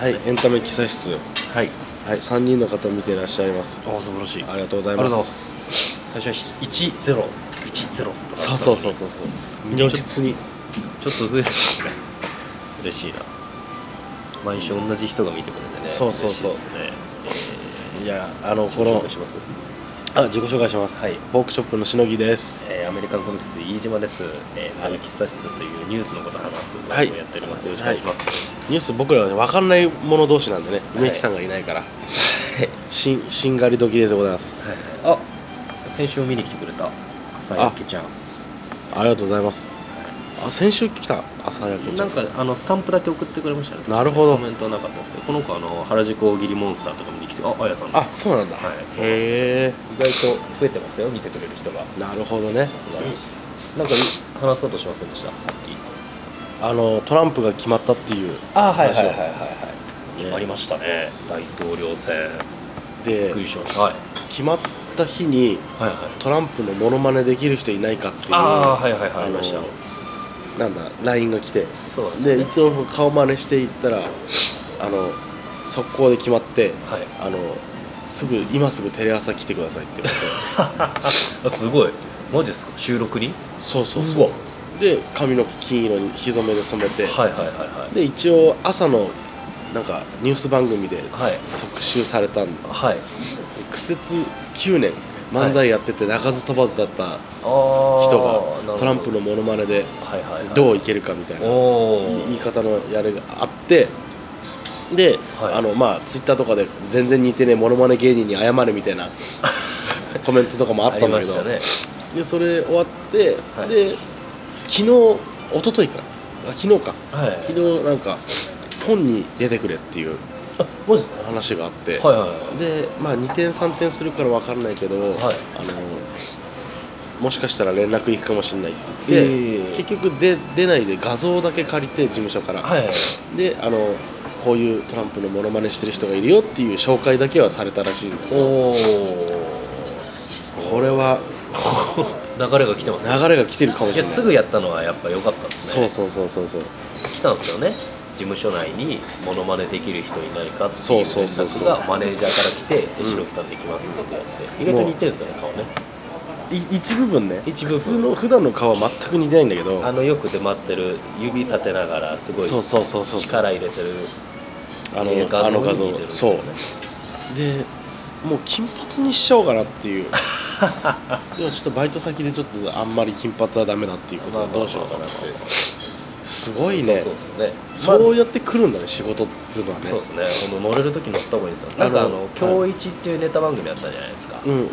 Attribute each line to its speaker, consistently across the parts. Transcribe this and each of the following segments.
Speaker 1: はい、エンタメ記者室、は
Speaker 2: はい
Speaker 1: い、3人の方見ていらっしゃいます。
Speaker 2: お素晴らしい
Speaker 1: ありがとうござ
Speaker 2: あ
Speaker 1: い
Speaker 2: り
Speaker 1: ま。
Speaker 2: がとうございますす最初は1 0 1 0とか
Speaker 1: そうそうそうそうそう。
Speaker 2: 如実にちょっと増えたね嬉しいな毎週同じ人が見てくれてね
Speaker 1: そうそうそう
Speaker 2: 嬉しいですね
Speaker 1: いや、あの、
Speaker 2: えー
Speaker 1: こ
Speaker 2: 自
Speaker 1: の
Speaker 2: 己紹介、します
Speaker 1: あ、自己紹介します。
Speaker 2: はい
Speaker 1: ポークショップのしのぎです。
Speaker 2: えーアメリカンコミックス飯島です、えー、
Speaker 1: はい
Speaker 2: 並木喫茶室というニュースのことを話す
Speaker 1: はい
Speaker 2: 番組をやっております、よろしくお願いします、
Speaker 1: ニュース僕らはね、わかんないもの同士なんでね、
Speaker 2: はい
Speaker 1: 梅木さんがいないから、しん、しんがり時ですでございます。
Speaker 2: はいはいあ先週見に来てくれた朝焼けちゃん
Speaker 1: ありがとうございます。あ、先週来た朝焼けちゃ。
Speaker 2: なんんかあのスタンプだけ送ってくれましたね
Speaker 1: なるほど
Speaker 2: コメントはなかったんですけどこの子あの原宿大喜利モンスターとか見に来てああやさんだ
Speaker 1: あ、そうなんだ。
Speaker 2: はいそうなんですよ
Speaker 1: へ
Speaker 2: 意外と増えてますよ見てくれる人が
Speaker 1: え。なるほどね。
Speaker 2: 素晴らしいなんか話そうとしませんでしたさっき
Speaker 1: あの、トランプが決まったっていう
Speaker 2: あ
Speaker 1: はいはいはいはい
Speaker 2: い決まりましたね大統領選び
Speaker 1: で
Speaker 2: っくりしましたはい
Speaker 1: 決まった日に
Speaker 2: はいはい
Speaker 1: トランプのモノマネできる人いないかっていう
Speaker 2: あーはいはいはいあ
Speaker 1: あ
Speaker 2: りました
Speaker 1: のなんだ LINE が来て
Speaker 2: そうなんですよ
Speaker 1: で
Speaker 2: ね
Speaker 1: 一応顔真似していったらあの速攻で決まって、
Speaker 2: はい
Speaker 1: あのすぐ今すぐテレ朝来てくださいって言われて
Speaker 2: あすごいマジですか収録に
Speaker 1: そうそうそう
Speaker 2: うわ
Speaker 1: で髪の毛金色に日染めで染めて、
Speaker 2: はいはいはいはい
Speaker 1: で一応朝のなんかニュース番組で
Speaker 2: はい
Speaker 1: 特集されたんで
Speaker 2: はい
Speaker 1: 苦節9年漫才やってて鳴かず飛ばずだった
Speaker 2: ああ
Speaker 1: 人がトランプのモノマネで
Speaker 2: はいはいはい
Speaker 1: どういけるかみたいな
Speaker 2: お
Speaker 1: い
Speaker 2: ー
Speaker 1: 言い方のやるがあってで、
Speaker 2: はい
Speaker 1: あのまあツイッターとかで全然似てねえモノマネ芸人に謝れみたいなコメントとかもあったんだ
Speaker 2: りま
Speaker 1: け
Speaker 2: した
Speaker 1: ど、
Speaker 2: ね
Speaker 1: でそれ終わって、
Speaker 2: はい
Speaker 1: で昨日一昨日かあ昨日か、
Speaker 2: はい
Speaker 1: 昨日なんか本に出てくれっていう
Speaker 2: あマジですかは
Speaker 1: 話があって、
Speaker 2: いはいはい
Speaker 1: でまあ2点3点するから分かんないけど、
Speaker 2: は
Speaker 1: あ
Speaker 2: い
Speaker 1: のもしかしたら連絡行くかもしれないって言って、
Speaker 2: ええ
Speaker 1: 結局で出ないで画像だけ借りて事務所から、
Speaker 2: はいはいはい
Speaker 1: であのこういうトランプのモノマネしてる人がいるよっていう紹介だけはされたらしいんだけど
Speaker 2: おお
Speaker 1: これは
Speaker 2: 流れが来てますね
Speaker 1: 流れが来てるかもし
Speaker 2: い
Speaker 1: れ
Speaker 2: や
Speaker 1: ない
Speaker 2: すぐやったのはやっぱ良かったです
Speaker 1: そう
Speaker 2: ね
Speaker 1: そうそうそうそう
Speaker 2: 来たんですよね事務所内にモノマネできる人いないかってい
Speaker 1: そう
Speaker 2: 連
Speaker 1: うそうそうそ
Speaker 2: 絡
Speaker 1: う
Speaker 2: がマネージャーから来
Speaker 1: う
Speaker 2: て「で
Speaker 1: ん
Speaker 2: 白木さんできます」ってやって意外と似てるんですよね顔ね
Speaker 1: い一部分ね
Speaker 2: 一部分
Speaker 1: 普通の普段の顔は全く似てないんだけど
Speaker 2: あのよく出回ってる指立てながらすごい
Speaker 1: そうそうそうそう
Speaker 2: 力入れてる
Speaker 1: あの
Speaker 2: えー
Speaker 1: あの画
Speaker 2: 画像
Speaker 1: 像
Speaker 2: に似てるんです
Speaker 1: そう
Speaker 2: よね
Speaker 1: でもう金髪にしちゃおうかなっていうでもちょっとバイト先でちょっとあんまり金髪はダメだっていうこと
Speaker 2: まあ
Speaker 1: で
Speaker 2: まあ
Speaker 1: どうしようかなってすごい
Speaker 2: そう
Speaker 1: ね
Speaker 2: そうですね
Speaker 1: そうやってくるんだね仕事っつうのはね
Speaker 2: そうですね、この乗れるとき乗った方がいいですよ、なんかあ
Speaker 1: あのは
Speaker 2: の
Speaker 1: い、
Speaker 2: 今日一っていうネタ番組あったじゃないですか、
Speaker 1: うんうん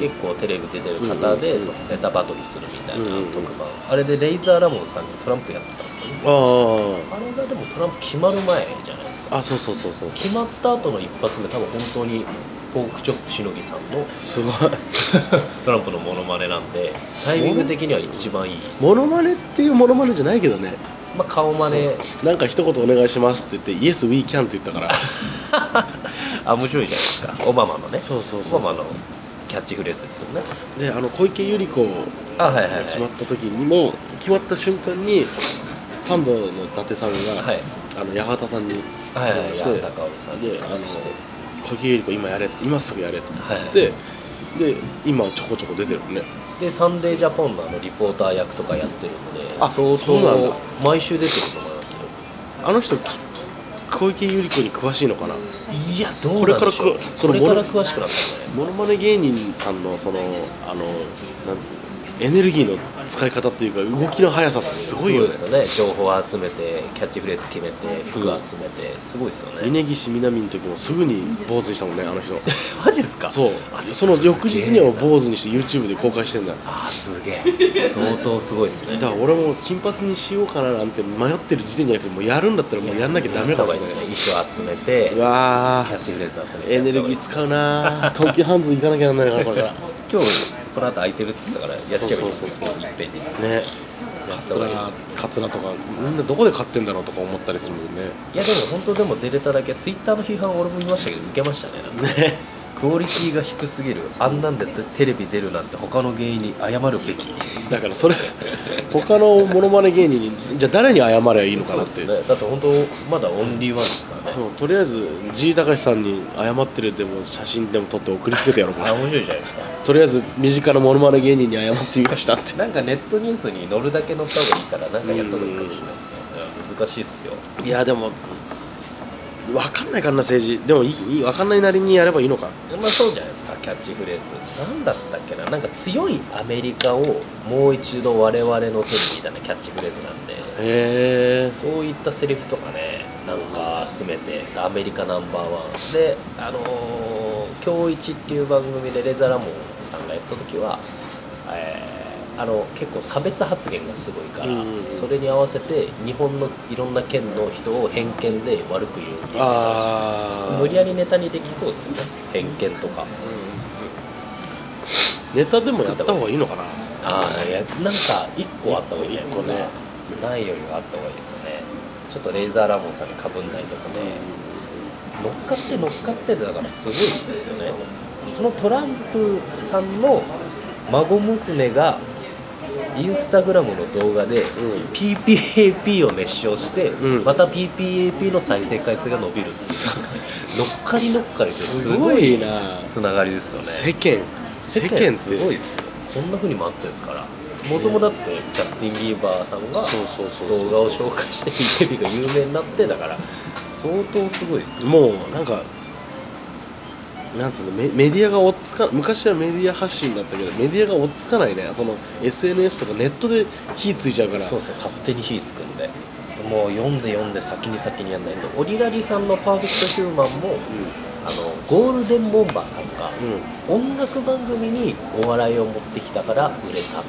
Speaker 2: 結構テレビ出てる
Speaker 1: うんうん
Speaker 2: 方
Speaker 1: うん
Speaker 2: で、そのネタバトルするみたいな
Speaker 1: うんうんうん
Speaker 2: 特番、あれでレイザーラモンさんがトランプやってたんですよね、
Speaker 1: あ
Speaker 2: あれがでもトランプ決まる前じゃないです
Speaker 1: あ
Speaker 2: か、
Speaker 1: あそうそうそうそう
Speaker 2: 決まった後の一発目、多分本当にポークチョップしのぎさんの
Speaker 1: す ごい
Speaker 2: トランプのモノマネなんで、タイミング的には一番いい、
Speaker 1: モノマネっていうモノマネじゃないけどね
Speaker 2: まあ、顔マネ、
Speaker 1: なんか一言お願いしますって言ってイエス・ウィー・キャンって言ったから
Speaker 2: あ面白いじゃないですか、オバマのね、
Speaker 1: そうそうそうそう
Speaker 2: オバマのキャッチフレーズですよね。
Speaker 1: であの小池百合子
Speaker 2: あはいはいはい
Speaker 1: 決まった時にも決まった瞬間にサンドの伊達さんが、
Speaker 2: はい
Speaker 1: あの八幡さんに
Speaker 2: はいは
Speaker 1: 電
Speaker 2: い
Speaker 1: 話
Speaker 2: 八幡薫さんに
Speaker 1: であの
Speaker 2: して
Speaker 1: 小池百合子今やれって今すぐやれって
Speaker 2: はいはい
Speaker 1: 言って、で今ちょこちょこ出てるね
Speaker 2: で「サンデージャポン」のあのリポーター役とかやってるんで
Speaker 1: あ
Speaker 2: 相
Speaker 1: そうなんだ
Speaker 2: 当毎週出てると思いますよ
Speaker 1: あの人き小池百合子に詳しいのかない
Speaker 2: やどうなんでしょ
Speaker 1: これ
Speaker 2: う
Speaker 1: からくそ
Speaker 2: こ
Speaker 1: の
Speaker 2: れ
Speaker 1: も
Speaker 2: か
Speaker 1: の
Speaker 2: ら詳しくなったんじゃないです
Speaker 1: モ
Speaker 2: か
Speaker 1: ノマネ芸人さんのそのあのなんつうのエネルギーの使い方っていうか動きの速さってすごいよね
Speaker 2: すごいですよね情報を集めてキャッチフレーズ決めて服集めてすごいですよね
Speaker 1: 峯岸みなみの時もすぐに坊主にしたもんねあの人
Speaker 2: マジっすか
Speaker 1: そう
Speaker 2: あ
Speaker 1: その翌日には坊主にして YouTube で公開してんだよ
Speaker 2: あすげえ相当すごいですね
Speaker 1: だから俺も金髪にしようかななんて迷ってる時点じゃなくてもうやるんだったらもうやんなきゃダメかも
Speaker 2: や
Speaker 1: ね
Speaker 2: った方がいいですね衣装集めて
Speaker 1: うわ
Speaker 2: キャッ
Speaker 1: ー
Speaker 2: チフレーズ集めて
Speaker 1: エネルギー使うなー東急ハンズ行かなきゃなんないからこれ から
Speaker 2: 今日この後空いてるっつったからやっちゃえばいいです
Speaker 1: そ
Speaker 2: よ
Speaker 1: うそうそう
Speaker 2: いっぺんに
Speaker 1: ね
Speaker 2: や
Speaker 1: カ
Speaker 2: った
Speaker 1: ツ
Speaker 2: 方が
Speaker 1: ラ
Speaker 2: いいですよ
Speaker 1: カツラとかみんなどこで買ってんだろうとか思ったりするもんね
Speaker 2: いやでも本当でも出れただけツイッターの批判俺も見ましたけど受けましたねなんか
Speaker 1: ね
Speaker 2: クオリティが低すぎるあんなんでテレビ出るなんて他の芸人に謝るべき
Speaker 1: だからそれ他のモノマネ芸人にじゃあ誰に謝ればいいのかなって
Speaker 2: そうですねだって本当まだオンリーワンですからね
Speaker 1: そうとりあえず G 高橋さんに謝ってるでも写真でも撮って送りつけてやろうか
Speaker 2: あ
Speaker 1: な
Speaker 2: 面白いじゃないですか
Speaker 1: とりあえず身近なモノマネ芸人に謝ってみましたって
Speaker 2: なんかネットニュースに載るだけ載った方がいいからなんかやった方がいいかもしれないですねうん難しいっすよ
Speaker 1: いやでも分かんないかな政治でもいいいい分かんないなりにやればいいのか
Speaker 2: まあそうじゃないですかキャッチフレーズなんだったっけななんか強いアメリカをもう一度我々の手にみたいなキャッチフレーズなんで
Speaker 1: へえ
Speaker 2: そういったセリフとかねなんか集めてアメリカナンバーワンであのー今日一っていう番組でレザラモンさんがやった時は、えーあの結構差別発言がすごいから、
Speaker 1: うん
Speaker 2: それに合わせて日本のいろんな県の人を偏見で悪く言うっていう
Speaker 1: ああ
Speaker 2: 無理やりネタにできそうですよね偏見とか
Speaker 1: ネタでもやった方がいいのかな
Speaker 2: ああいやなんか1個あった方がいいじゃないです
Speaker 1: 一
Speaker 2: か
Speaker 1: 個ね
Speaker 2: ないよりはあった方がいいですよねちょっとレイザーラモンさんにかぶんないとかね、乗っかって乗っかってでだからすごいんですよねそのトランプさんの孫娘がインスタグラムの動画で
Speaker 1: ん
Speaker 2: PPAP を熱唱して、
Speaker 1: うん
Speaker 2: また PPAP の再生回数が伸びるっていう乗っかり乗っかりってす
Speaker 1: す
Speaker 2: ご
Speaker 1: ご
Speaker 2: い
Speaker 1: いな
Speaker 2: つながりですよね
Speaker 1: 世間世間って
Speaker 2: すごいですよこんな風に回ってるんですからもともだってジャスティン・ビーバーさんが
Speaker 1: そうそうそうそう
Speaker 2: 動画を紹介して PPAP が有名になってだから相当すごいですよ
Speaker 1: もうなんかなんていうのメメディアが追っつか昔はメディア発信だったけどメディアが追っつかないねその SNS とかネットで火ついちゃうから
Speaker 2: そうそう勝手に火つくんでもう読んで読んで先に先にやんないんでオリラリさんの「パーフェクトヒューマンも」あのゴールデンボンバーさんが
Speaker 1: うん、うん、
Speaker 2: 音楽番組にお笑いを持ってきたから売れた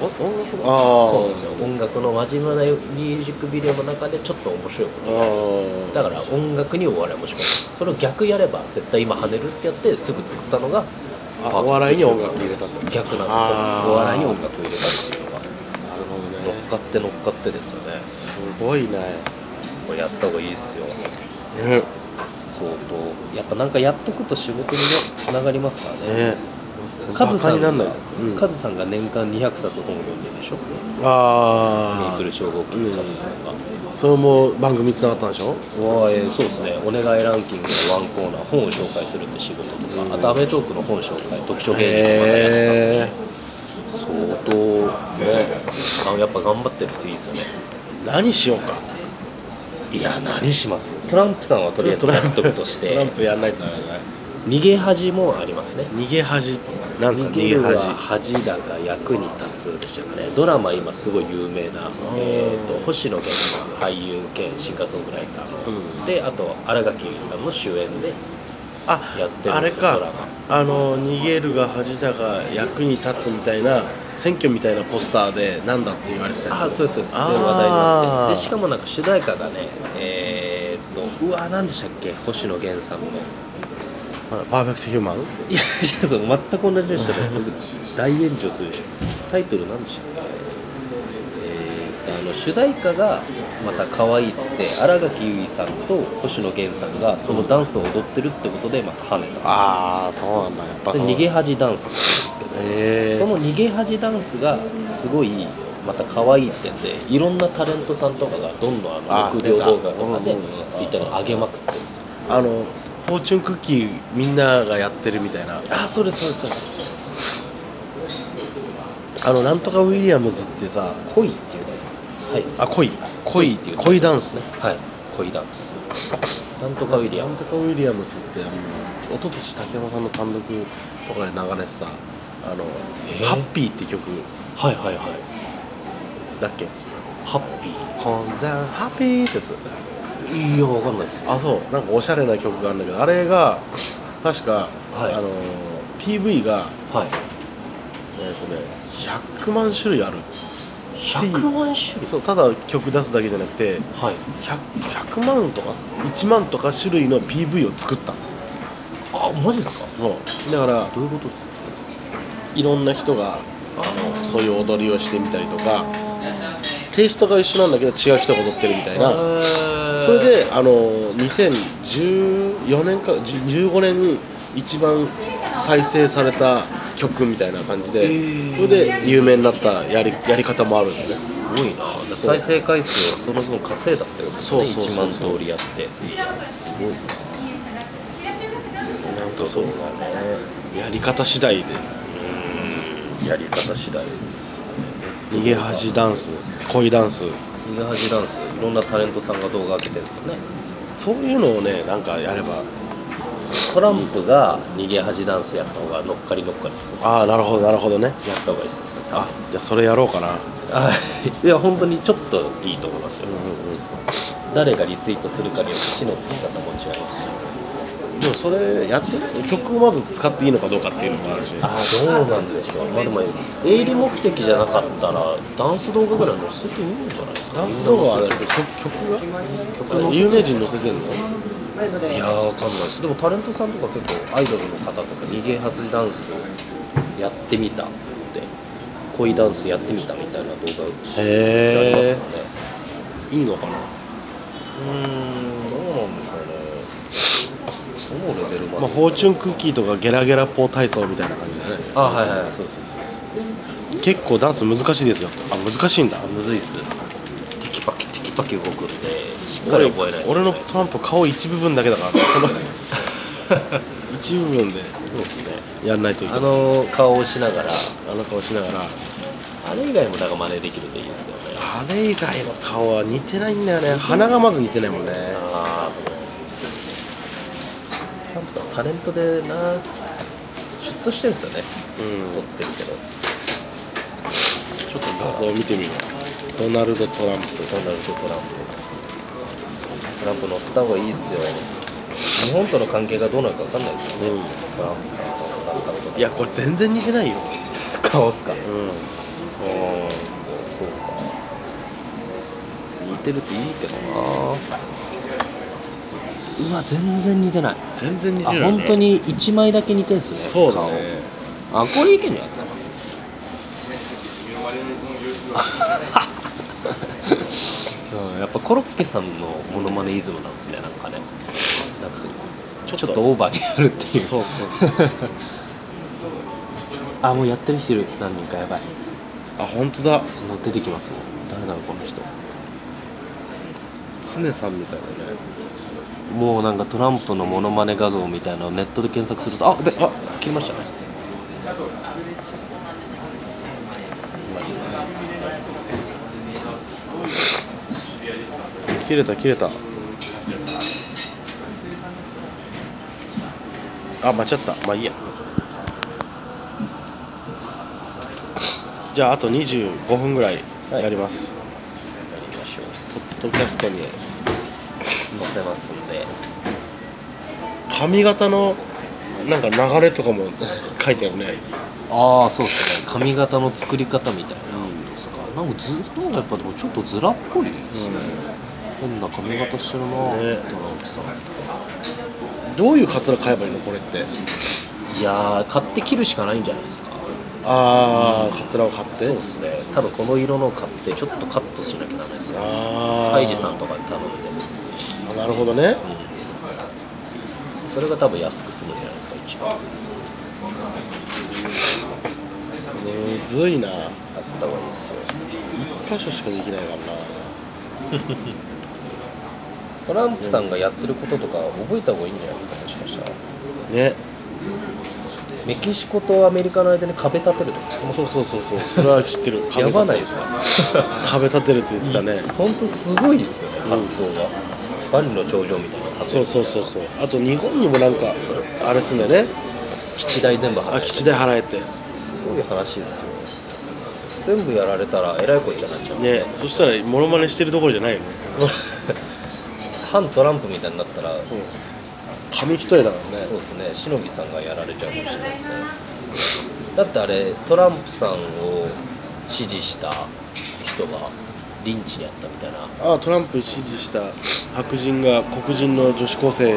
Speaker 1: お音楽ああ
Speaker 2: そうなんですよ音楽の真面目なミュージックビデオの中でちょっと面白いことがある
Speaker 1: ああ
Speaker 2: だから音楽にお笑いもしかしそれを逆やれば絶対今跳ねるってやってすぐ作ったのが
Speaker 1: あお笑いに音楽入れたって
Speaker 2: 逆なんですよ
Speaker 1: あー
Speaker 2: お笑いに音楽入れたっていうの
Speaker 1: な
Speaker 2: が
Speaker 1: るほど
Speaker 2: 乗っか
Speaker 1: ね
Speaker 2: って乗っかってですよね
Speaker 1: すごいね
Speaker 2: これやった方がいいっすよ
Speaker 1: ね
Speaker 2: 相当やっぱなんかやっとくと仕事にねつながりますからね
Speaker 1: ね
Speaker 2: カズさ
Speaker 1: バ
Speaker 2: ん
Speaker 1: カ
Speaker 2: が
Speaker 1: になんないうん
Speaker 2: カズさんが年間200冊本を読んでるでしょメ
Speaker 1: あ
Speaker 2: ー
Speaker 1: あ
Speaker 2: プル超合金のカズさんが、
Speaker 1: それも番組つながったんでしょ
Speaker 2: わあえーそうですね、お願いランキングのワンコーナー、本を紹介するって仕事と
Speaker 1: うん
Speaker 2: か、あと、アメトークの本紹介、読書芸術とかやってた
Speaker 1: へ
Speaker 2: んで、相当、ね、あやっぱ頑張ってる人いいですよね。
Speaker 1: ー何しようか
Speaker 2: いや、何しますトランプさんはとりあえず納得とし
Speaker 1: トラ
Speaker 2: て
Speaker 1: ン、プやんないとダメだね
Speaker 2: 逃げ恥もありますね。
Speaker 1: 逃げ恥なんですか
Speaker 2: 逃
Speaker 1: 逃
Speaker 2: げ
Speaker 1: げ
Speaker 2: るは
Speaker 1: 恥
Speaker 2: 恥だが役に立つでしたかねドラマ今すごい有名な、
Speaker 1: ー
Speaker 2: えー、と星野源さん俳優兼シンガーソングライターの、
Speaker 1: うん
Speaker 2: であと新垣結衣さんの主演で
Speaker 1: あ
Speaker 2: やってるんですよ
Speaker 1: あれ
Speaker 2: ド
Speaker 1: か
Speaker 2: ラ
Speaker 1: あの逃げるが恥だが役に立つみたいな選挙みたいなポスターでなんだって言われてたやつ
Speaker 2: あそうですそうですで
Speaker 1: あ
Speaker 2: 話
Speaker 1: ー
Speaker 2: 題になってでしかもなんか主題歌がねえーっとうわ何でしたっけ星野源さんの
Speaker 1: あパーフェクトヒューマン
Speaker 2: いや違うそう全く同じでしたね すぐ大炎上するタイトル何でしたっけえーっとあの主題歌がまた可愛いっつって新垣結衣さんと星野源さんがそのダンスを踊ってるってことでまた跳ねたんですよ
Speaker 1: ああそうなんだやっぱ
Speaker 2: それ逃げ恥ダンスなんですけど、
Speaker 1: へー
Speaker 2: その逃げ恥ダンスがすごいまた可愛いってやっていろんなタレントさんとかがどんどんあ
Speaker 1: あ
Speaker 2: の6秒動画とか
Speaker 1: 出
Speaker 2: で
Speaker 1: た
Speaker 2: ツイッターに上げまくってるんですよ
Speaker 1: あのフォーチュンクッキーみんながやってるみたいな
Speaker 2: あそうですそうですそうです
Speaker 1: あのなんとかウィリアムズってさ
Speaker 2: 恋っていうだけ
Speaker 1: あ恋恋っていう恋ダンスね
Speaker 2: はい、はい、恋ダンスなんとかウィリア
Speaker 1: なん
Speaker 2: ム
Speaker 1: とかウィリアムスってあの一昨年竹山さんの単独とかで流れてたあの、
Speaker 2: えー
Speaker 1: ハッピーって曲
Speaker 2: はいはいはい
Speaker 1: だっけ
Speaker 2: ハッピー
Speaker 1: コンザンハッピーってやつ
Speaker 2: いやわかんないです
Speaker 1: あそうなんかおしゃれな曲があるんだけどあれが確か、
Speaker 2: はい
Speaker 1: あの PV が
Speaker 2: はい
Speaker 1: えっとね100万種類ある
Speaker 2: 100万種類
Speaker 1: そうただ曲出すだけじゃなくて
Speaker 2: はい
Speaker 1: 100, 100万とか1万とか種類の PV を作ったの
Speaker 2: あマジですか
Speaker 1: そうだから
Speaker 2: どういうことですか
Speaker 1: いろんな人があのそういう踊りをしてみたりとかテイストが一緒なんだけど違う人が踊ってるみたいな
Speaker 2: へー
Speaker 1: それであの2014年か15年に一番再生された曲みたいな感じで、
Speaker 2: えー
Speaker 1: それで有名になったやりやり方もあるんでね
Speaker 2: すごいな
Speaker 1: そう
Speaker 2: 再生回数をその分稼いだってことです
Speaker 1: そう
Speaker 2: ね
Speaker 1: そうそうそう
Speaker 2: 1万通りやってすごいな
Speaker 1: なんか
Speaker 2: そうだね
Speaker 1: やり方次第で
Speaker 2: うーんやり方次第です
Speaker 1: 逃げ恥ダンス恋ダンス
Speaker 2: 逃げ恥ダンスいろんなタレントさんが動画上げてるんですよね
Speaker 1: そういうのをねなんかやれば
Speaker 2: トランプが逃げ恥ダンスやった方が乗っかり乗っかりでするや
Speaker 1: ああなるほどなるほどね
Speaker 2: った方がいいですね
Speaker 1: あじゃあそれやろうかな
Speaker 2: あいや本当にちょっといいと思いますよ、
Speaker 1: う
Speaker 2: 誰がリツイートするかによって地のつき方も違いますし
Speaker 1: んでもそれやって曲をまず使っていいのかどうかっていうのもあるし
Speaker 2: ああどうなんでしょうまあでも営利目的じゃなかったらダンス動画ぐらい載せていいんじゃないですか
Speaker 1: ダンス動画はあれ曲曲が有名人載せてんの
Speaker 2: いやーわかんないですでもタレントさんとか結構アイドルの方とか逃げ恥ダンスをやってみたって恋ダンスやってみたみたいな動画
Speaker 1: へー
Speaker 2: ありますよね
Speaker 1: いいのかな、
Speaker 2: うーんどうなんでしょうねどのレベルまで
Speaker 1: まあ、フォーチュンクッキーとかゲラゲラポー体操みたいな感じだね
Speaker 2: あはいはいそうそうそ
Speaker 1: 結構ダンス難しいですよあ難しいんだ
Speaker 2: うむずいっすテキパキテキパキ動くんでしっかり
Speaker 1: 俺
Speaker 2: 覚えないと
Speaker 1: 俺のトランプ顔一部分だけだ からその一部分で
Speaker 2: そうですね
Speaker 1: やんないといけな
Speaker 2: あ
Speaker 1: い
Speaker 2: の顔をしながら
Speaker 1: あの顔しながら
Speaker 2: あれ以外もなんか真似できるといいですけどね
Speaker 1: あれ以外の顔は似てないんだよね鼻がまず似てないもんね
Speaker 2: あートランプさんタレントでなシュッとしてるんですよね
Speaker 1: うん
Speaker 2: 太ってるけど
Speaker 1: ちょっと画像を見てみようドナルド・トランプ
Speaker 2: ドナルド・トランプトランプ乗った方がいいっすよ日本との関係がどうなるか分かんないですよね、
Speaker 1: うん
Speaker 2: トランプさんとなったことない
Speaker 1: いやこれ全然似てないよ
Speaker 2: 顔っすか
Speaker 1: う
Speaker 2: うん
Speaker 1: ん
Speaker 2: そうか似てるといいけどなうわ全然似てない
Speaker 1: 全然似
Speaker 2: あ
Speaker 1: てない、ね、
Speaker 2: 本当に1枚だけ似てるんですね
Speaker 1: そうだね
Speaker 2: 顔あこれいけんじ ゃないですかうんやっぱコロッケさんのモノマネイズムなんですねなんかねなんか
Speaker 1: ち
Speaker 2: ち
Speaker 1: ょ
Speaker 2: ょ
Speaker 1: っ
Speaker 2: っ
Speaker 1: と
Speaker 2: とオーバーになるっていう
Speaker 1: そうそうそう
Speaker 2: あもうやってる人いる何人かやばい
Speaker 1: あ本当だ
Speaker 2: もう出てきますよ誰だろうこの人
Speaker 1: 常さんみたいだね
Speaker 2: もうなんかトランプのモノマネ画像みたいなのをネットで検索するとあやべあ切りましたね
Speaker 1: 切れた切れたあ間違ったまあいいやじゃああと25分ぐらいやります、
Speaker 2: やりましょう
Speaker 1: ポッドキャストに
Speaker 2: 載せますんで
Speaker 1: 髪型のなんか流れとかも書いてあるね
Speaker 2: ああそうですね髪型の作り方みたいな、ですかなんかずなんかやっぱでもちょっとずらっぽいですね、変な髪型してるな、
Speaker 1: ね
Speaker 2: トランプさん
Speaker 1: どういうカツラ買えばいいのこれって
Speaker 2: いやー買って切るしかないんじゃないですか
Speaker 1: ああカツラを買って
Speaker 2: そうですね多分この色のを買ってちょっとカットしなきゃならないですね
Speaker 1: ああ
Speaker 2: ハイジさんとかに頼んで、
Speaker 1: あなるほどね
Speaker 2: うん、それが多分安く済むんじゃないですか一番あ
Speaker 1: むずいな
Speaker 2: った方がいいですよ
Speaker 1: 一箇所しかできないからな
Speaker 2: トランプさんがやってることとか覚えた方がいいんじゃないですかもしかしたら
Speaker 1: ね
Speaker 2: メキシコとアメリカの間に壁立てるとか知ってます
Speaker 1: そうそうそうそうそれは知ってる
Speaker 2: やばないです か
Speaker 1: 壁立てるって言ってたね
Speaker 2: 本当すごいですよね
Speaker 1: うん
Speaker 2: 発想が、万里の長城みたいなの立てる
Speaker 1: そうそうそうそうあと日本にもなんかあれすんだよね
Speaker 2: 基地代全部払
Speaker 1: あ
Speaker 2: って
Speaker 1: 基地代払えて
Speaker 2: すごい話ですよ全部やられたらえらいこっちゃになっちゃう
Speaker 1: ねそしたらモノマネしてるところじゃないよね、
Speaker 2: 反トランプみたいになったら、
Speaker 1: うん、紙一重だからね
Speaker 2: そうですねしのぎさんがやられちゃうかもしれないですねだってあれトランプさんを支持した人がリンチにあったみたいな
Speaker 1: ああトランプ支持した白人が黒人の女子高生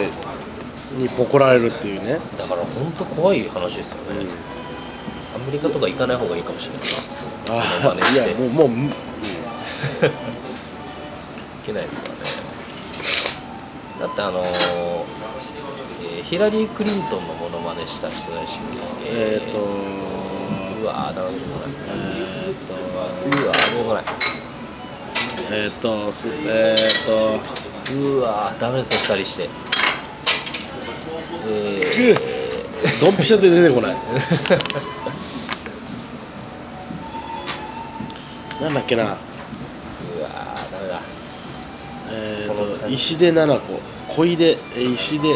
Speaker 1: にボコられるっていうね、
Speaker 2: だから本当怖い話ですよね、アメリカとか行かない方がいいかもしれないですね
Speaker 1: あ
Speaker 2: モノマネ
Speaker 1: あい
Speaker 2: して
Speaker 1: やもうもう、うん
Speaker 2: いけないですからねだってあのーえーヒラリー・クリントンのモノマネした人でしたっけ
Speaker 1: えーっと
Speaker 2: うわーなんでもない
Speaker 1: えーっと
Speaker 2: うわー出てこない
Speaker 1: えーっとすえーっと
Speaker 2: うわーダメですよ2人して
Speaker 1: くっドン ピシャで出てこないなんだっけな
Speaker 2: うわーダメだ
Speaker 1: え
Speaker 2: この
Speaker 1: ー、
Speaker 2: 感
Speaker 1: と
Speaker 2: じ
Speaker 1: 石出七子小出えー石出、え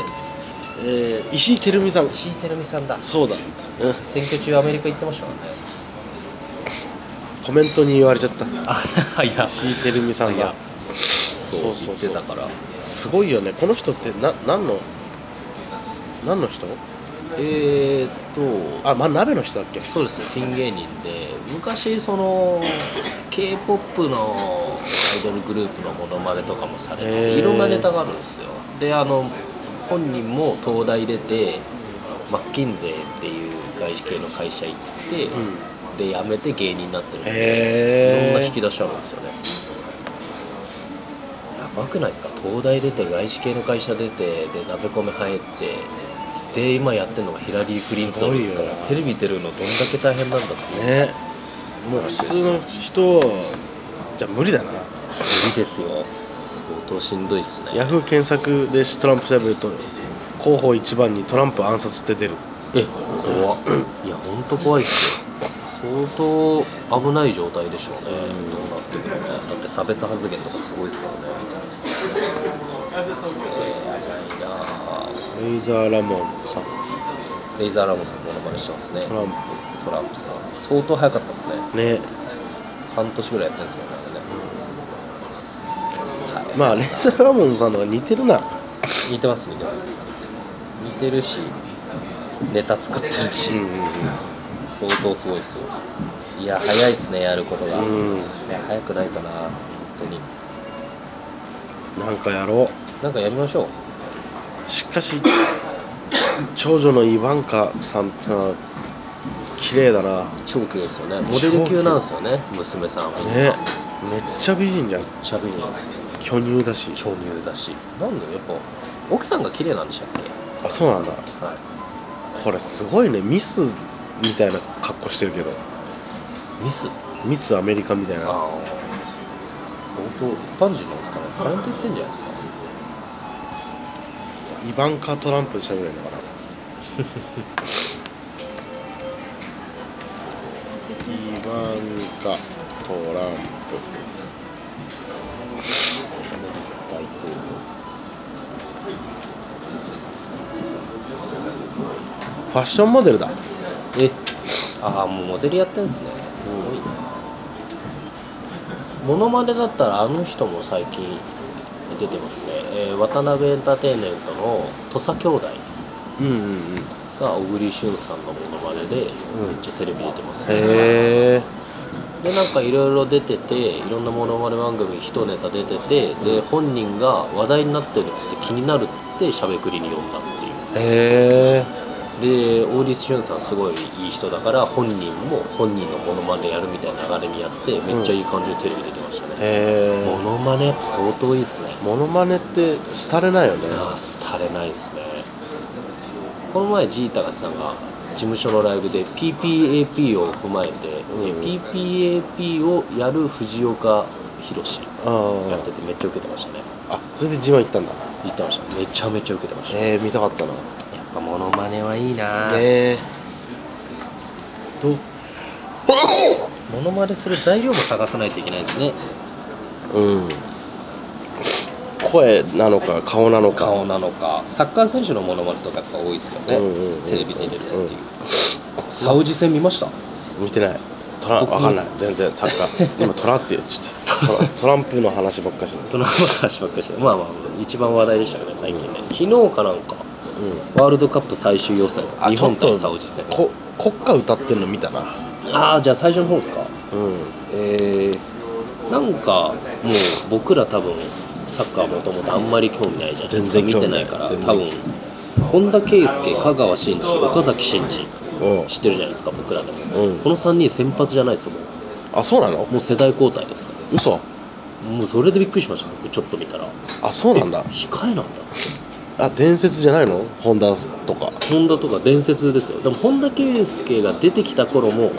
Speaker 1: ー、石井照美さん
Speaker 2: 石井照美さんだ
Speaker 1: そうだ、うん、
Speaker 2: 選挙中アメリカ行ってましたもんね
Speaker 1: コメントに言われちゃった
Speaker 2: あいや
Speaker 1: 石井照美さん
Speaker 2: いや
Speaker 1: が
Speaker 2: そう言ってたから
Speaker 1: すごいよねこの人ってな何の何の人
Speaker 2: えー、っと
Speaker 1: あまあ鍋の人だっけ
Speaker 2: そうですピン芸人で昔その k p o p のアイドルグループのモノマネとかもされ
Speaker 1: へ
Speaker 2: て
Speaker 1: ー
Speaker 2: いろんなネタがあるんですよであの本人も東大出てマッキンゼーっていう外資系の会社行って、で辞めて芸人になってるんでい
Speaker 1: へー
Speaker 2: ろんな引き出しあるんですよねやばくないですか東大出て外資系の会社出てで鍋コメ入ってで今やってるのがヒラリー・クリントンですか
Speaker 1: す
Speaker 2: ら
Speaker 1: ごいよな
Speaker 2: テレビ出るのどんだけ大変なんだってね
Speaker 1: ねもう普通の人じゃ無理だな
Speaker 2: 無理ですよ相当しんどいっすね
Speaker 1: ヤフー検索でトランプ調べると候補1番にトランプ暗殺って出る
Speaker 2: え怖っいやほんと怖いっすよ相当危ない状態でしょうねどうなってくるかだって差別発言とかすごいですからねえー、やばいなぁ
Speaker 1: レイザーラモンさん
Speaker 2: レイザーラモンさんものまねしてますね
Speaker 1: トラン
Speaker 2: トランプさん相当早かったですね
Speaker 1: プね
Speaker 2: 半年ぐらいやってるんですもんねあれね、
Speaker 1: まあレイザーラモンさんのが似てるな
Speaker 2: 似てます似てます似てるしネタ作ってるし、
Speaker 1: うんうん
Speaker 2: 相当すごいですよいや早いっすねやることが、
Speaker 1: うん
Speaker 2: いや早くないかな本当に
Speaker 1: なんかやろ
Speaker 2: なんかやりましょう
Speaker 1: うしか し長女のイバンカさんってのは綺麗だな
Speaker 2: 超級ですよねモデル級なんですよね娘さんは
Speaker 1: ねめっちゃ美人じゃん
Speaker 2: しゃべりですよ
Speaker 1: 巨乳だし
Speaker 2: 巨乳だしなんでやっぱ奥さんが綺麗なんでしたっけ
Speaker 1: あそうなんだ
Speaker 2: はい
Speaker 1: これすごいねミスみたいな格好してるけど
Speaker 2: ミス
Speaker 1: ミスアメリカみたいな
Speaker 2: ああ相当一般人なんですかねタレント言ってんじゃないですか
Speaker 1: イバンカ・トランプで喋れるのかなイバンカ・トラン
Speaker 2: アメリカ大統領
Speaker 1: プファッションモデルだ
Speaker 2: えああもうモデルやってんですねすごいなモノマネだったらあの人も最近出てますね、えー渡辺エンターテインメントの土佐兄弟
Speaker 1: うんうんうんへ
Speaker 2: が小栗旬さんのモノマネでめっ
Speaker 1: ん
Speaker 2: ちゃテレビ出てますね、
Speaker 1: え
Speaker 2: でなんかいろいろ出てていろんなものまね番組一ネタ出ててで本人が話題になってるっつって気になるっつってしゃべくりに呼んだっていう
Speaker 1: へえ
Speaker 2: で大西俊さんすごいいい人だから本人も本人のものまねやるみたいな流れにやってめっちゃいい感じでテレビ出てましたね
Speaker 1: へ
Speaker 2: も
Speaker 1: え
Speaker 2: のまねやっぱ相当いいっすね
Speaker 1: モノマネって廃れないよね
Speaker 2: ああ廃れないっすねこの前ジータがさんが事務所のライブで PPAP を踏まえて、
Speaker 1: うん
Speaker 2: PPAP をやる藤岡弘
Speaker 1: あ
Speaker 2: やって
Speaker 1: ー
Speaker 2: てめっちゃ受けてましたね
Speaker 1: あそれでジマ行ったんだ
Speaker 2: 言ってましためちゃめちゃ受けてました、
Speaker 1: えー、見たかったなね
Speaker 2: やっぱモノマネはいいな
Speaker 1: えどう
Speaker 2: モノマネする材料も探さないといけないですね
Speaker 1: うん声なのか顔なのか
Speaker 2: 顔なのかサッカー選手のモノマネとかやっぱ多いですけどね、
Speaker 1: うんうんうん
Speaker 2: テレビに出るっていう、サウジ戦見ました
Speaker 1: 見てないトラン
Speaker 2: 僕も
Speaker 1: わかんない全然サッカ ー今トラって言っちゃったトラトランプの話ばっかして
Speaker 2: 大人の話ばっかりしてまあまあ一番話題でしたよね最近ね、昨日かなんか
Speaker 1: うん
Speaker 2: ワールドカップ最終予選
Speaker 1: あ
Speaker 2: 日本
Speaker 1: ちょっ
Speaker 2: 対
Speaker 1: と
Speaker 2: サウジ戦
Speaker 1: こ国歌歌ってるの見たな
Speaker 2: ああじゃあ最初の方ですか
Speaker 1: うん
Speaker 2: えー、なんかもう僕ら多分サッカーもともとあんまり興味ないじゃん
Speaker 1: 全然
Speaker 2: 見
Speaker 1: 興
Speaker 2: て
Speaker 1: 味
Speaker 2: な
Speaker 1: ない
Speaker 2: いから
Speaker 1: 全然
Speaker 2: 多分本田圭佑香川真司岡崎真司
Speaker 1: うん
Speaker 2: 知ってるじゃないですか僕らでも、
Speaker 1: うん
Speaker 2: この3人先発じゃないですよもう
Speaker 1: あそうなの
Speaker 2: もう世代交代ですか
Speaker 1: 嘘
Speaker 2: もうそれでびっくりしました僕ちょっと見たら
Speaker 1: あそうなんだ
Speaker 2: え控えなんだ
Speaker 1: あ伝説じゃないの本田とか
Speaker 2: 本田とか伝説ですよでも本田圭佑が出てきた頃も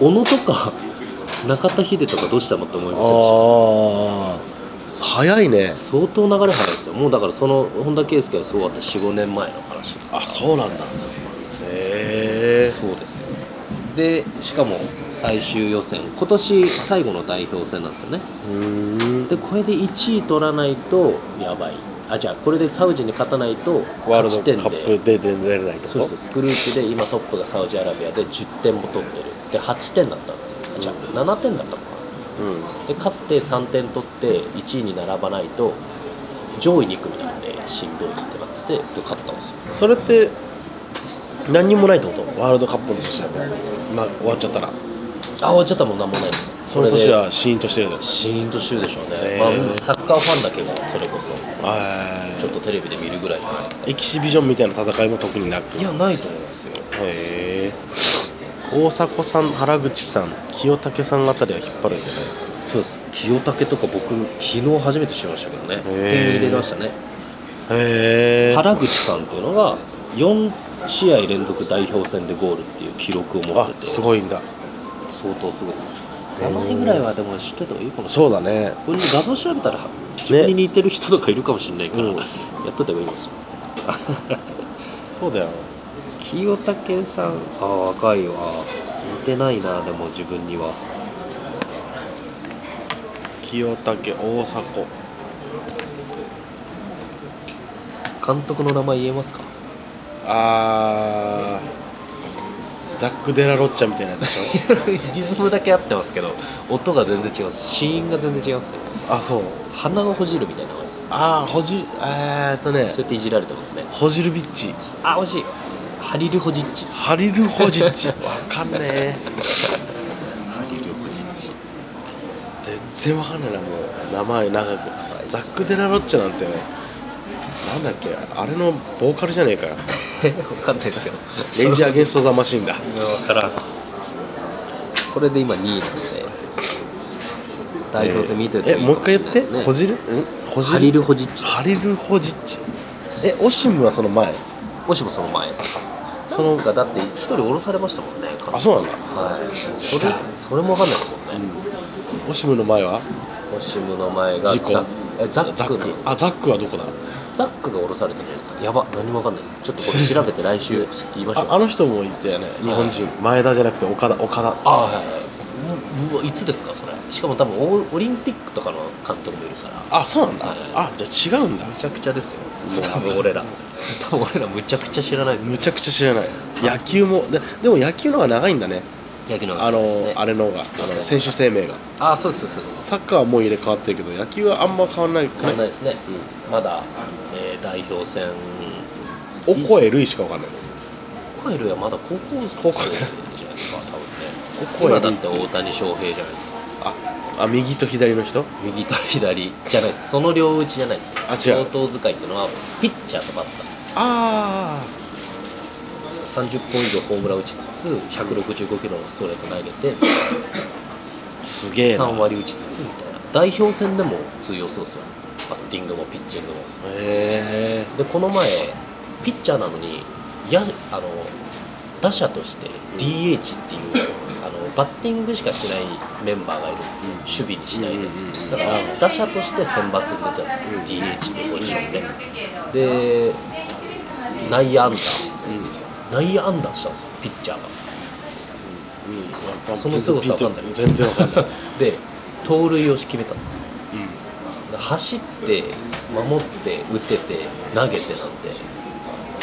Speaker 2: 小野とか 中田秀とかどうしたのって思いませんでした
Speaker 1: ああ早いね
Speaker 2: 相当流れ早いですよもうだからその本田圭佑がすごかった45年前の話です
Speaker 1: あそうなんだへえ
Speaker 2: そうですよでしかも最終予選今年最後の代表戦なんですよね
Speaker 1: うーん
Speaker 2: でこれで1位取らないとやばいあじゃあこれでサウジに勝たないと
Speaker 1: ワー
Speaker 2: 勝ち点
Speaker 1: ル
Speaker 2: で
Speaker 1: ドカップで出れないってこと
Speaker 2: そうですグループで今トップがサウジアラビアで10点も取ってるで8点だったんですよあじゃあ7点だったのか
Speaker 1: うん
Speaker 2: なで勝って3点取って1位に並ばないと上位2組なんでしんどいってなっててで勝ったんですよ
Speaker 1: それって何にもないってことワールドカップの年は別に、まあ、終わっちゃったら
Speaker 2: あ終わっちゃったもん何もないです
Speaker 1: その年はシーンとしてるでし
Speaker 2: シーンとしてるでしょうね、
Speaker 1: へー
Speaker 2: まあ、サッカーファンだけがそれこそ
Speaker 1: ょはい
Speaker 2: ちょっとテレビで見るぐらいじゃないですか
Speaker 1: エキシビジョンみたいな戦いも特になく
Speaker 2: いやないと思いますよ
Speaker 1: へえ大迫さん原口さん清武さんあたりは引っ張るんじゃないですか
Speaker 2: そうです清武とか僕昨日初めて知りましたけどね
Speaker 1: ー
Speaker 2: 点入れましたね
Speaker 1: へえ
Speaker 2: 原口さんっていうのが4試合連続代表戦でゴールっていう記録を持っ
Speaker 1: あ
Speaker 2: てて
Speaker 1: すごいんだ
Speaker 2: 相当すごいです
Speaker 1: へー
Speaker 2: 名前ぐらいはでも知ってた方がいいかもし
Speaker 1: そ
Speaker 2: れな
Speaker 1: う
Speaker 2: い
Speaker 1: だね
Speaker 2: これね画像調べたら自分に似てる人とかいるかもしれないから、
Speaker 1: うん
Speaker 2: やっといた方がいいかもし れない
Speaker 1: そうだよ
Speaker 2: 清武さんああ若いわ似てないなでも自分には
Speaker 1: 清武大迫
Speaker 2: 監督の名前言えますか
Speaker 1: あーザック・デラ・ロッチャみたいなやつでし ょ
Speaker 2: リズムだけ合ってますけど音が全然違います子音が全然違いますね
Speaker 1: あそう
Speaker 2: 鼻をほじるみたいなのです
Speaker 1: ああほじえーっとね
Speaker 2: そうやっていじられてますね
Speaker 1: ホジルビッチ
Speaker 2: あ惜しいハリルホジッチ
Speaker 1: ハリル・ホジッチ わかんねえ
Speaker 2: ハリルホジッチ
Speaker 1: 全然わかんないなもう名前長くザック・デラ・ロッチャなんてなんだっけあれのボーカルじゃねえかよ
Speaker 2: 分かんないですけど
Speaker 1: レイジ・アゲンスト・ザ・マシンだ
Speaker 2: 分からんこれで今2位なんで代表戦見てると
Speaker 1: えもう一回言って
Speaker 2: いいかもしれないですね
Speaker 1: ホジルんホ
Speaker 2: ハリルホジッチ
Speaker 1: ハリル・ホジッチえオシムはその前
Speaker 2: もしもその前です
Speaker 1: その
Speaker 2: なんかだって一人降ろされましたもんね
Speaker 1: あそうなんだ
Speaker 2: はい
Speaker 1: し
Speaker 2: それ
Speaker 1: た
Speaker 2: それも分かんないですもんね、
Speaker 1: オシムの前は
Speaker 2: オシムの前が
Speaker 1: 事故
Speaker 2: ザッえザック
Speaker 1: ザ
Speaker 2: に
Speaker 1: ックあザックはどこだ
Speaker 2: ザックが降ろされてるんですかやば何も分かんないですちょっとこれ調べて来週言いましょ
Speaker 1: あ
Speaker 2: う
Speaker 1: あの人もいたよね日本人前田じゃなくて岡田岡田
Speaker 2: あはいはいううわいつですかそれしかも多分オオリンピックとかの監督もいるから
Speaker 1: あそうなんだ
Speaker 2: はいはい
Speaker 1: あじゃあ違うんだ
Speaker 2: むちゃくちゃですよ
Speaker 1: う
Speaker 2: 多分 俺ら多分俺らむちゃくちゃ知らないですよ
Speaker 1: むちゃくちゃ知らない野球もででも野球の方が長いんだね
Speaker 2: 野球の
Speaker 1: あの
Speaker 2: ですね
Speaker 1: あれの方があ
Speaker 2: 予選
Speaker 1: の選手生命が
Speaker 2: あそうですそうです
Speaker 1: サッカーはもう入れ替わってるけど野球はあんま変わんない
Speaker 2: 変わんないですね、まだ、えー代表戦
Speaker 1: お声類しかわかんない
Speaker 2: コエルはまだ高校
Speaker 1: 高校
Speaker 2: 生
Speaker 1: 生
Speaker 2: じゃないですか多分ね
Speaker 1: オコエル
Speaker 2: 今だって大谷翔平じゃないですか
Speaker 1: ああ右と左の人
Speaker 2: 右と左じゃないですその両打ちじゃないです
Speaker 1: あ違う
Speaker 2: 相当使いっていうのはピッチャーとバッターです
Speaker 1: あ
Speaker 2: 30本以上ホームラン打ちつつ165キロのストレート投げて
Speaker 1: あすげえな
Speaker 2: 3割打ちつつみたいな代表戦でも通用そうですよバッティングもピッチングも
Speaker 1: へえ
Speaker 2: でこの前ピッチャーなのにやあの打者として DH っていう、あのバッティングしかしないメンバーがいるんですよ、
Speaker 1: うん
Speaker 2: 守備にしないで、
Speaker 1: うんうんうんうん
Speaker 2: だから打者として選抜に出てます、
Speaker 1: うん
Speaker 2: DH っていうポジションでで内野安打
Speaker 1: うんうん
Speaker 2: 内野安打したんですよピッチャーが
Speaker 1: うんやっぱ
Speaker 2: その凄さわかんないです
Speaker 1: 全然わかん ない、
Speaker 2: で盗塁を決めたんです
Speaker 1: うん
Speaker 2: 走って守って打てて投げてなんで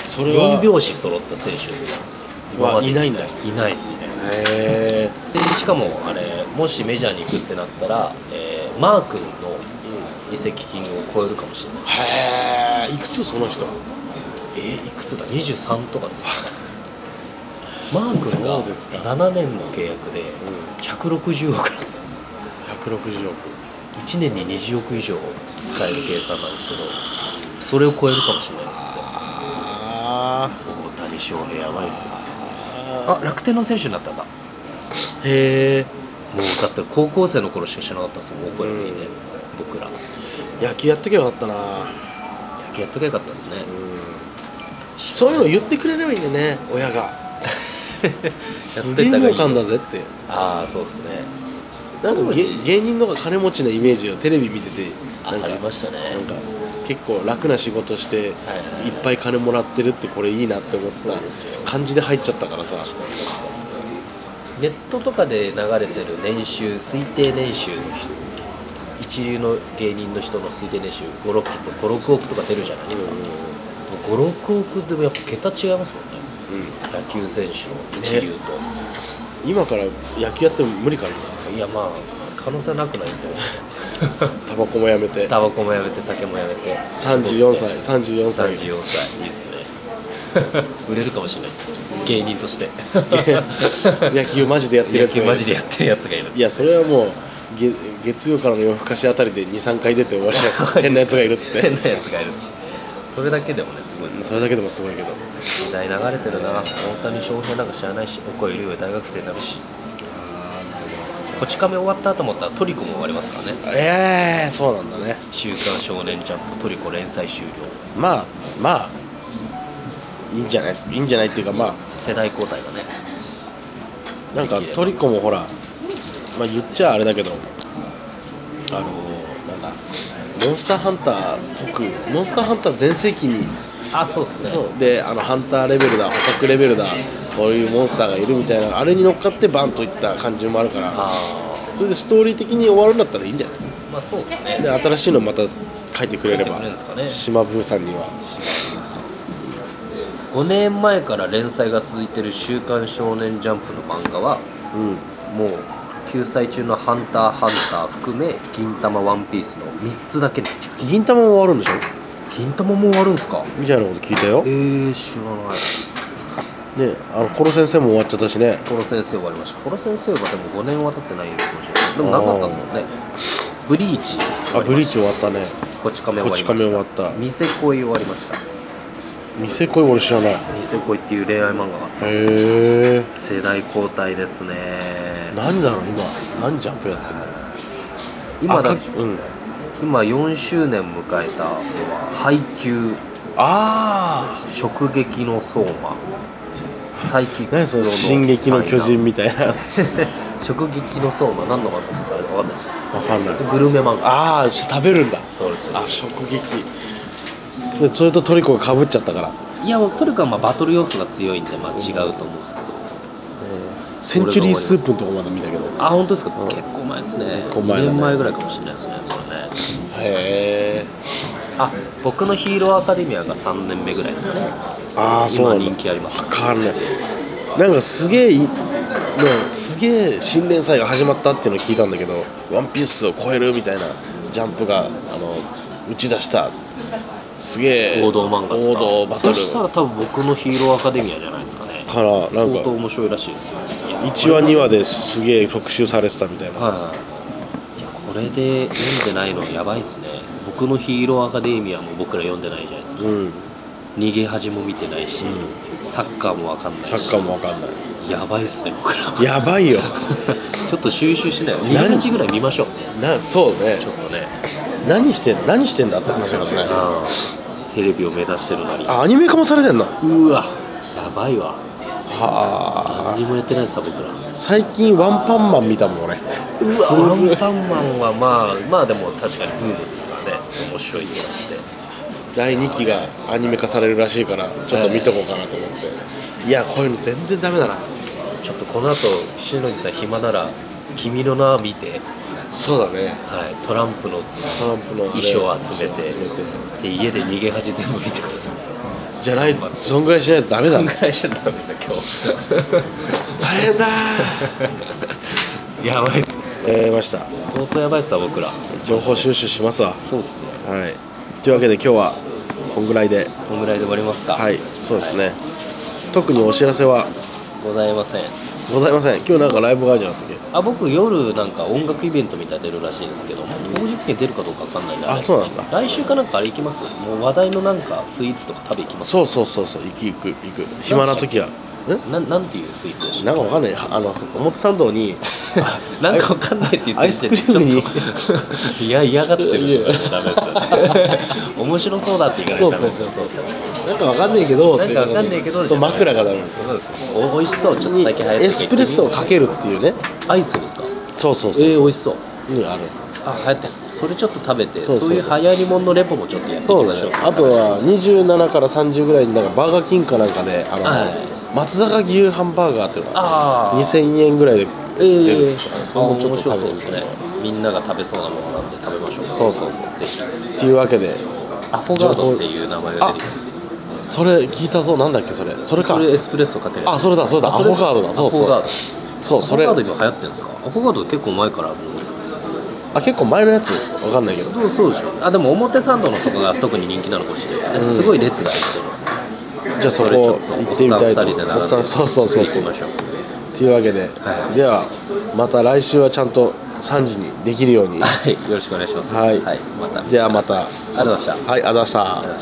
Speaker 1: それは
Speaker 2: 4拍子揃った選手なんですよ今まで
Speaker 1: はいないんだ
Speaker 2: いないですね
Speaker 1: へえ
Speaker 2: でしかもあれもしメジャーに行くってなったら、えーマー君の移籍金を超えるかもしれない
Speaker 1: へえいくつその人
Speaker 2: えーいくつだ23とかですよマー君
Speaker 1: そ
Speaker 2: が
Speaker 1: うですか
Speaker 2: 7年の契約で
Speaker 1: ん
Speaker 2: 160億なんですよ
Speaker 1: 160億
Speaker 2: 1年に20億以上使える計算なんですけどそれを超えるかもしれないですって
Speaker 1: あ
Speaker 2: 大谷翔平やばいっすよ
Speaker 1: あ
Speaker 2: あ楽天の選手になったんだ
Speaker 1: へえ
Speaker 2: もうだって高校生の頃しか知らなかったですもん大声の日
Speaker 1: う
Speaker 2: ね、
Speaker 1: ん
Speaker 2: 僕ら
Speaker 1: 野球やっときゃよかったな
Speaker 2: 野球やっとけばよかったですね、
Speaker 1: そういうの 言ってくれればいいんだよね親がすげえ
Speaker 2: やって
Speaker 1: 儲
Speaker 2: た
Speaker 1: か
Speaker 2: らいい
Speaker 1: んだぜって
Speaker 2: ああそうですね
Speaker 1: なんか
Speaker 2: 当
Speaker 1: げ
Speaker 2: 時
Speaker 1: 芸人の方が金持ちなイメージをテレビ見てて
Speaker 2: あ
Speaker 1: なんか
Speaker 2: ありましたね
Speaker 1: なんか結構楽な仕事していっ
Speaker 2: はいはい
Speaker 1: ぱい金もらってるってこれいいなって思っ
Speaker 2: そうですよ
Speaker 1: た感じで入っちゃったからさ
Speaker 2: ネットとかで流れてる年収推定年収の人一流の芸人の人の推定年収56億と56億とか出るじゃないですか、56億でもやっぱ桁違いますもんね野球選手の一流と、
Speaker 1: 今から野球やっても無理かない
Speaker 2: やまあ可能性なくないんだよ
Speaker 1: タバコもやめて
Speaker 2: タバコもやめて酒もやめて
Speaker 1: 34歳34歳
Speaker 2: 34歳いいっすね売れるかもしれないです芸人として
Speaker 1: 野球マジでやってるやつがいる
Speaker 2: 野球マジでやってるやつがいる
Speaker 1: いやそれはもうげ月曜からの夜更かしあたりで23回出て終わりだから 変なやつがいるっつって
Speaker 2: 変なやつがいるっつってそれだけでもねすごいですよ
Speaker 1: それだけでもすごいけど
Speaker 2: 時代流れてるな大谷翔平なんか知らないしお声優は大学生になるしこち亀終わったと思ったらトリコも終わりますからね
Speaker 1: ええー、そうなんだね
Speaker 2: 週刊少年ジャンプトリコ連載終了
Speaker 1: まあまあいいんじゃないですいいんじゃないっていうかまあ
Speaker 2: 世代交代がね
Speaker 1: なんかトリコもほら、まあ、言っちゃあれだけどあのなんだモンスターハンターっぽくモンスターハンター全盛期に
Speaker 2: あそうっすね
Speaker 1: そうであのハンターレベルだ捕獲レベルだこういうモンスターがいるみたいなあれに乗っかってバンといった感じもあるから
Speaker 2: あ
Speaker 1: それでストーリー的に終わるんだったらいいんじゃない
Speaker 2: あまあそうっすね
Speaker 1: で新しいのまた書いてくれれ
Speaker 2: 書いてく
Speaker 1: ば
Speaker 2: れるんですかね
Speaker 1: 島ブーさんには
Speaker 2: 5年前から連載が続いてる「週刊少年ジャンプ」の漫画は
Speaker 1: うん
Speaker 2: もう救済中の「ハンターハンター」含め「銀玉ワンピースの3つだけになっちゃう
Speaker 1: 銀玉も終わるんでしょ
Speaker 2: 銀玉もう終わるんすか
Speaker 1: みたいなこと聞いたよ
Speaker 2: え
Speaker 1: ね
Speaker 2: ー、知らない
Speaker 1: あのコロ先生も終わっちゃったしね
Speaker 2: コロ先生終わりましたコロ先生はでも5年は経ってないような気もしないでもなかったですもんねブリーチ
Speaker 1: あブリーチ終わったね
Speaker 2: こち亀終わりました
Speaker 1: こち亀終わった
Speaker 2: ニセ恋終わりました
Speaker 1: 店恋俺知らないへ
Speaker 2: ニセ恋っていう恋愛漫画があっ
Speaker 1: え
Speaker 2: た世代交代ですね
Speaker 1: 何だろう今何ジャンプやってんの
Speaker 2: 今だ
Speaker 1: あかうん
Speaker 2: 今4周年迎えたのは配給
Speaker 1: あ
Speaker 2: 直撃の相馬サイキッ
Speaker 1: あ
Speaker 2: ク
Speaker 1: 何その「進撃の巨人」みたいなわ
Speaker 2: たいな直撃の相馬何の漫画かちょっと分かんないです
Speaker 1: かんない
Speaker 2: グルメ漫画
Speaker 1: ああ食べるんだ
Speaker 2: そうです
Speaker 1: あ食撃でそれとトリコがかぶっちゃったから、
Speaker 2: いやトルコはまあバトル要素が強いんでまあ違うと思うんですけど、
Speaker 1: センチュリースープのとこまで見たけどへ
Speaker 2: あ本当ですか、
Speaker 1: うん
Speaker 2: 結構前ですね
Speaker 1: 結構前だね
Speaker 2: 2年前ぐらいかもしれないですねそれね
Speaker 1: え
Speaker 2: あ僕のヒーローアカデミアが3年目ぐらいですかね
Speaker 1: ああそうな
Speaker 2: 今
Speaker 1: んだ
Speaker 2: 人気あります
Speaker 1: わかんないなんかすげえいもうすげえ新連載が始まったっていうのを聞いたんだけど「ワンピースを超えるみたいなジャンプがあの打ち出したすげえ
Speaker 2: 王道漫画ですか
Speaker 1: 王道バト
Speaker 2: そしたら
Speaker 1: ル
Speaker 2: 多分僕のヒーローアカデミアじゃないですかね
Speaker 1: からなんか
Speaker 2: 相当面白いらしいですよ
Speaker 1: 1話2話ですげえ特集されてたみたいな
Speaker 2: はいいやこれで読んでないのはやばいっすね僕のヒーローアカデミアも僕ら読んでないじゃないです
Speaker 1: う
Speaker 2: か、
Speaker 1: ん
Speaker 2: 逃げ恥も見てないし、
Speaker 1: う
Speaker 2: サッカーもわかんないし
Speaker 1: サッカーもわかんない
Speaker 2: やばいっすね僕ら
Speaker 1: やばいよ
Speaker 2: ちょっと収集しないよ2日ぐらい見ましょう
Speaker 1: なそうね
Speaker 2: ちょっとね
Speaker 1: 何してんの何してんだって話だからね
Speaker 2: あーテレビを目指してるなり
Speaker 1: あアニメ化もされてんの
Speaker 2: うわやばいわ
Speaker 1: は
Speaker 2: 何
Speaker 1: あ
Speaker 2: もやってないさ僕らうわ
Speaker 1: 最近ワンパンマン見たもん俺
Speaker 2: ワンパンマンはまあまあでも確かにブームですからね面白いってなって
Speaker 1: 第2期がアニメ化されるらしいからちょっと見とこうかなと思って、いやこういうの全然ダメだな
Speaker 2: ちょっとこの後篠木さん暇なら「君の名」見て、
Speaker 1: そうだね
Speaker 2: はい、トランプの
Speaker 1: トランプのあれ
Speaker 2: 衣装を集め
Speaker 1: 衣
Speaker 2: て
Speaker 1: 装集めて
Speaker 2: で家で逃げ恥全部見てください
Speaker 1: じゃないそんぐらいしないとダメだ
Speaker 2: そん
Speaker 1: な
Speaker 2: ぐらいしちゃダメですよ今日
Speaker 1: 大変だ
Speaker 2: やばいっすね
Speaker 1: ーやりました
Speaker 2: 相当やばいっすわ僕ら
Speaker 1: 情報収集しますわ
Speaker 2: そうっすね
Speaker 1: はいというわけで今日はこんぐらいで
Speaker 2: こんぐらいで終わりますか
Speaker 1: はいそうですね、特にお知らせは
Speaker 2: ございません
Speaker 1: ございません今日なんかライブがあるんじゃなかったっ
Speaker 2: あ僕夜なんか音楽イベントみたいなの出るらしいですけど、もう当日券出るかどうかわかんないんで
Speaker 1: あ
Speaker 2: れです
Speaker 1: そうなんだ
Speaker 2: 来週かなんかあれ行きますもう話題のなんかスイーツとか食べ行き
Speaker 1: け
Speaker 2: ます
Speaker 1: そうそうそうそう行く行く行く暇な時はん
Speaker 2: ななんていうスイーツでし
Speaker 1: な
Speaker 2: た
Speaker 1: んかわかんないあの表参道 に
Speaker 2: なんかわかんないって言って
Speaker 1: アイスクリームに
Speaker 2: ちょっと いや嫌がってる
Speaker 1: いや
Speaker 2: ダメですよね面白そうだって言いかれた
Speaker 1: そうそうそうそうなんかわかんないけど
Speaker 2: なんかわかんないけど
Speaker 1: そう枕がダメなんですよ
Speaker 2: そうですお美味しそうちょっとだけ流行ってる
Speaker 1: エスプレッソをかけるっていうね
Speaker 2: アイスですか
Speaker 1: そうそう
Speaker 2: え
Speaker 1: そう
Speaker 2: ー美
Speaker 1: そう、
Speaker 2: 味しそう
Speaker 1: にある
Speaker 2: あ流行ってるんですねそれちょっと食べて
Speaker 1: そ
Speaker 2: そうう
Speaker 1: そうそう
Speaker 2: いう流行り物のレポもちょっとやってい
Speaker 1: そ
Speaker 2: き
Speaker 1: う
Speaker 2: まし
Speaker 1: だ
Speaker 2: ょう
Speaker 1: ねあとは27から30ぐらいになんかバーガーキングかなんかであの、
Speaker 2: はい
Speaker 1: 松坂牛ハンバーガーっていうのが
Speaker 2: あー
Speaker 1: 2000円ぐらいで
Speaker 2: え
Speaker 1: 出るんですから、
Speaker 2: ー、
Speaker 1: それもちょっと食べて
Speaker 2: あ面
Speaker 1: みた
Speaker 2: 白そう
Speaker 1: い
Speaker 2: ですねみんなが食べそうなものなんで食べましょう
Speaker 1: そうそうそう
Speaker 2: ぜひ
Speaker 1: っていうわけで
Speaker 2: アフォガードっていう名前が出てきます
Speaker 1: それ聞いたぞなんだっけそれそれか
Speaker 2: それエスプレッソかける
Speaker 1: あそれだそれだアフォガードだそうそう
Speaker 2: アフォガード
Speaker 1: そうそれ
Speaker 2: アフォガード今流行ってるんですかアフォガード結構前からもう
Speaker 1: あ結構前のやつわかんないけど
Speaker 2: どうそうでしょうあでも表参道のとこが特に人気なのかもしれないですね、
Speaker 1: うん
Speaker 2: すごい列ができてます
Speaker 1: じゃあそこ行ってみたいと
Speaker 2: おっさん二人で並んで
Speaker 1: おっさんそうそうそうそう
Speaker 2: 行きましょう
Speaker 1: っていうわけで、
Speaker 2: はい
Speaker 1: ではまた来週はちゃんと3時にできるように
Speaker 2: はいよろしくお願いします
Speaker 1: はい
Speaker 2: また
Speaker 1: ではまた
Speaker 2: ありがとうございました
Speaker 1: はいあざした
Speaker 2: ありがとうございました